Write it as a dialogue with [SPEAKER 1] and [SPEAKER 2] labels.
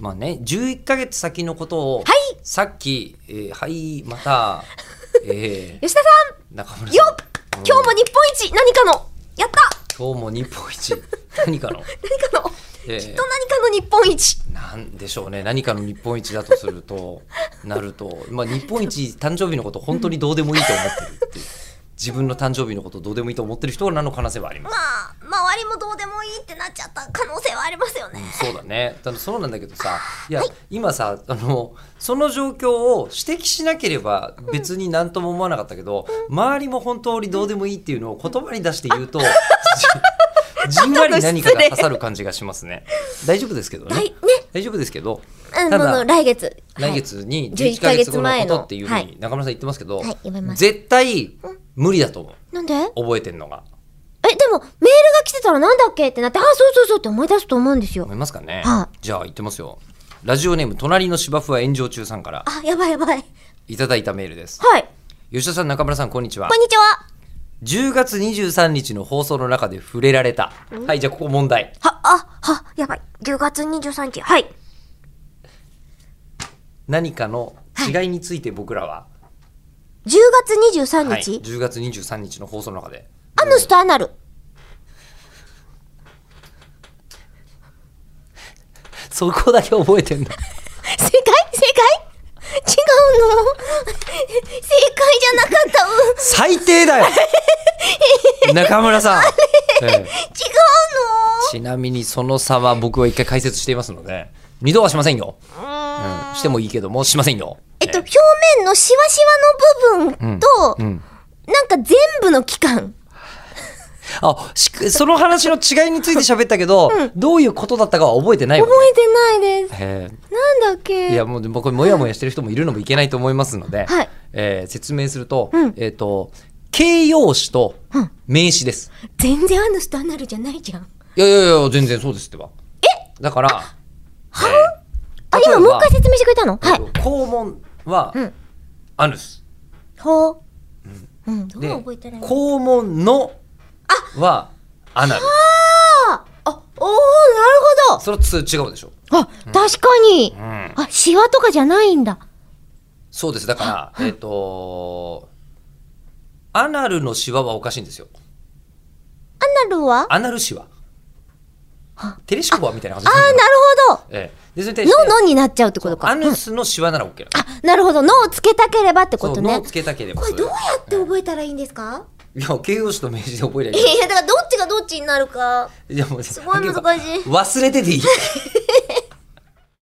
[SPEAKER 1] まあね11ヶ月先のことを、
[SPEAKER 2] はい
[SPEAKER 1] さっき、えーはいま た、え
[SPEAKER 2] 吉田さ
[SPEAKER 1] ー、中村
[SPEAKER 2] んよ
[SPEAKER 1] さん
[SPEAKER 2] っ今日も日本一何かのやった
[SPEAKER 1] 今日も日本一 何かの、
[SPEAKER 2] 何かの
[SPEAKER 1] えー
[SPEAKER 2] きっと何かの日本一
[SPEAKER 1] なんでしょうね何かの日本一だとするとなると、まあ、日本一誕生日のこと本当にどうでもいいと思ってるっていう自分の誕生日のことどうでもいいと思ってる人なの可能性はありま。
[SPEAKER 2] ますあ周りもどうでもいいってなっちゃった可能性はありますよね
[SPEAKER 1] うんそうだねだそうなんだけどさいや、今さあのその状況を指摘しなければ別に何とも思わなかったけど、周りも本当にどうでもいいっていうのを言葉に出して言 うと、じじんわり何かが刺さる感じがしますね。大丈夫ですけど
[SPEAKER 2] だい
[SPEAKER 1] ね
[SPEAKER 2] ね
[SPEAKER 1] 大丈夫ですけどた
[SPEAKER 2] あ
[SPEAKER 1] だ
[SPEAKER 2] の来月
[SPEAKER 1] 来月に
[SPEAKER 2] はい
[SPEAKER 1] 11ヶ月後の
[SPEAKER 2] 11ヶ月前
[SPEAKER 1] こ
[SPEAKER 2] の
[SPEAKER 1] とっていうふうに中村さん言ってますけど、
[SPEAKER 2] はい言います
[SPEAKER 1] 絶対無理だと思
[SPEAKER 2] はい、なんでえで
[SPEAKER 1] う覚えてんのが
[SPEAKER 2] もメールが来てたらなんだっけってなってあそうそうそうって思い出すと思うんですよ
[SPEAKER 1] 思いますかね、
[SPEAKER 2] は
[SPEAKER 1] じゃあ言ってますよラジオネーム隣の芝生は炎上中さんから
[SPEAKER 2] あやばいやばい
[SPEAKER 1] いただいたメールです
[SPEAKER 2] はい
[SPEAKER 1] 吉田さん中村さんこんにちは
[SPEAKER 2] こんにちは
[SPEAKER 1] 10月23日の放送の中で触れられたはいじゃあここ問題
[SPEAKER 2] はあはやばい10月23日はい
[SPEAKER 1] 何かの違いについて僕らは、
[SPEAKER 2] 10月23
[SPEAKER 1] はい
[SPEAKER 2] 日、
[SPEAKER 1] 10月23日の放送の中で
[SPEAKER 2] アヌスとアナル
[SPEAKER 1] そこだけ覚えてんだ
[SPEAKER 2] 正解正解違うの正解じゃなかったうん
[SPEAKER 1] 最低だよ 中村さん、ええ
[SPEAKER 2] 違
[SPEAKER 1] ちなみにその差は僕は一回解説していますので二度はしませんよ、
[SPEAKER 2] うの
[SPEAKER 1] うん、してもいいけどもしませんよ
[SPEAKER 2] えっと、表面のシワシワの部分と、
[SPEAKER 1] うん
[SPEAKER 2] なんか全部の期間。
[SPEAKER 1] あしくその話の違いについて喋ったけど、どういうことだったかは覚えてないわ、ね
[SPEAKER 2] 覚えてないです。
[SPEAKER 1] え
[SPEAKER 2] なんだっ
[SPEAKER 1] え
[SPEAKER 2] け
[SPEAKER 1] いやもうでもこれモヤモヤしてる人もいるのもいけないと思いますので、
[SPEAKER 2] はい
[SPEAKER 1] ええ説明すると,、
[SPEAKER 2] うん
[SPEAKER 1] えっと形容詞と名詞です、
[SPEAKER 2] 全然アヌスとアナルじゃないじゃん。
[SPEAKER 1] いやいやいや全然そうですってばえだからは
[SPEAKER 2] あ、今もう一回説明してくれたのはい。
[SPEAKER 1] 肛門は、
[SPEAKER 2] うん
[SPEAKER 1] アヌス
[SPEAKER 2] ほう。うん、どう
[SPEAKER 1] で
[SPEAKER 2] 覚えたらいいの
[SPEAKER 1] 肛門のはアナル
[SPEAKER 2] あ、あおー、なるほ
[SPEAKER 1] それはつ違うでしょ、
[SPEAKER 2] ど。あ、確かに。
[SPEAKER 1] うん、
[SPEAKER 2] あ、シワとかじゃないんだ。
[SPEAKER 1] そうですだからえっ、とアナルのシワはおかしいんですよ
[SPEAKER 2] アナルは
[SPEAKER 1] アナルシワテレシコバみたいな感じ
[SPEAKER 2] あー、
[SPEAKER 1] です
[SPEAKER 2] な
[SPEAKER 1] ね
[SPEAKER 2] るほど。
[SPEAKER 1] ええでそれに対して
[SPEAKER 2] の、のになっちゃうってことか。
[SPEAKER 1] アヌスのシワなら OK なの
[SPEAKER 2] あ、なるほど。のをつけたければってこ
[SPEAKER 1] そう
[SPEAKER 2] と
[SPEAKER 1] 脳
[SPEAKER 2] ね
[SPEAKER 1] を。つけたければ
[SPEAKER 2] これ
[SPEAKER 1] それ
[SPEAKER 2] どうやって覚えたらいいんですか
[SPEAKER 1] いや形容詞と名詞で覚えりゃい
[SPEAKER 2] い
[SPEAKER 1] い
[SPEAKER 2] や、だからどっちがどっちになるか。
[SPEAKER 1] いやもうす
[SPEAKER 2] ごい難しい
[SPEAKER 1] 忘れてていい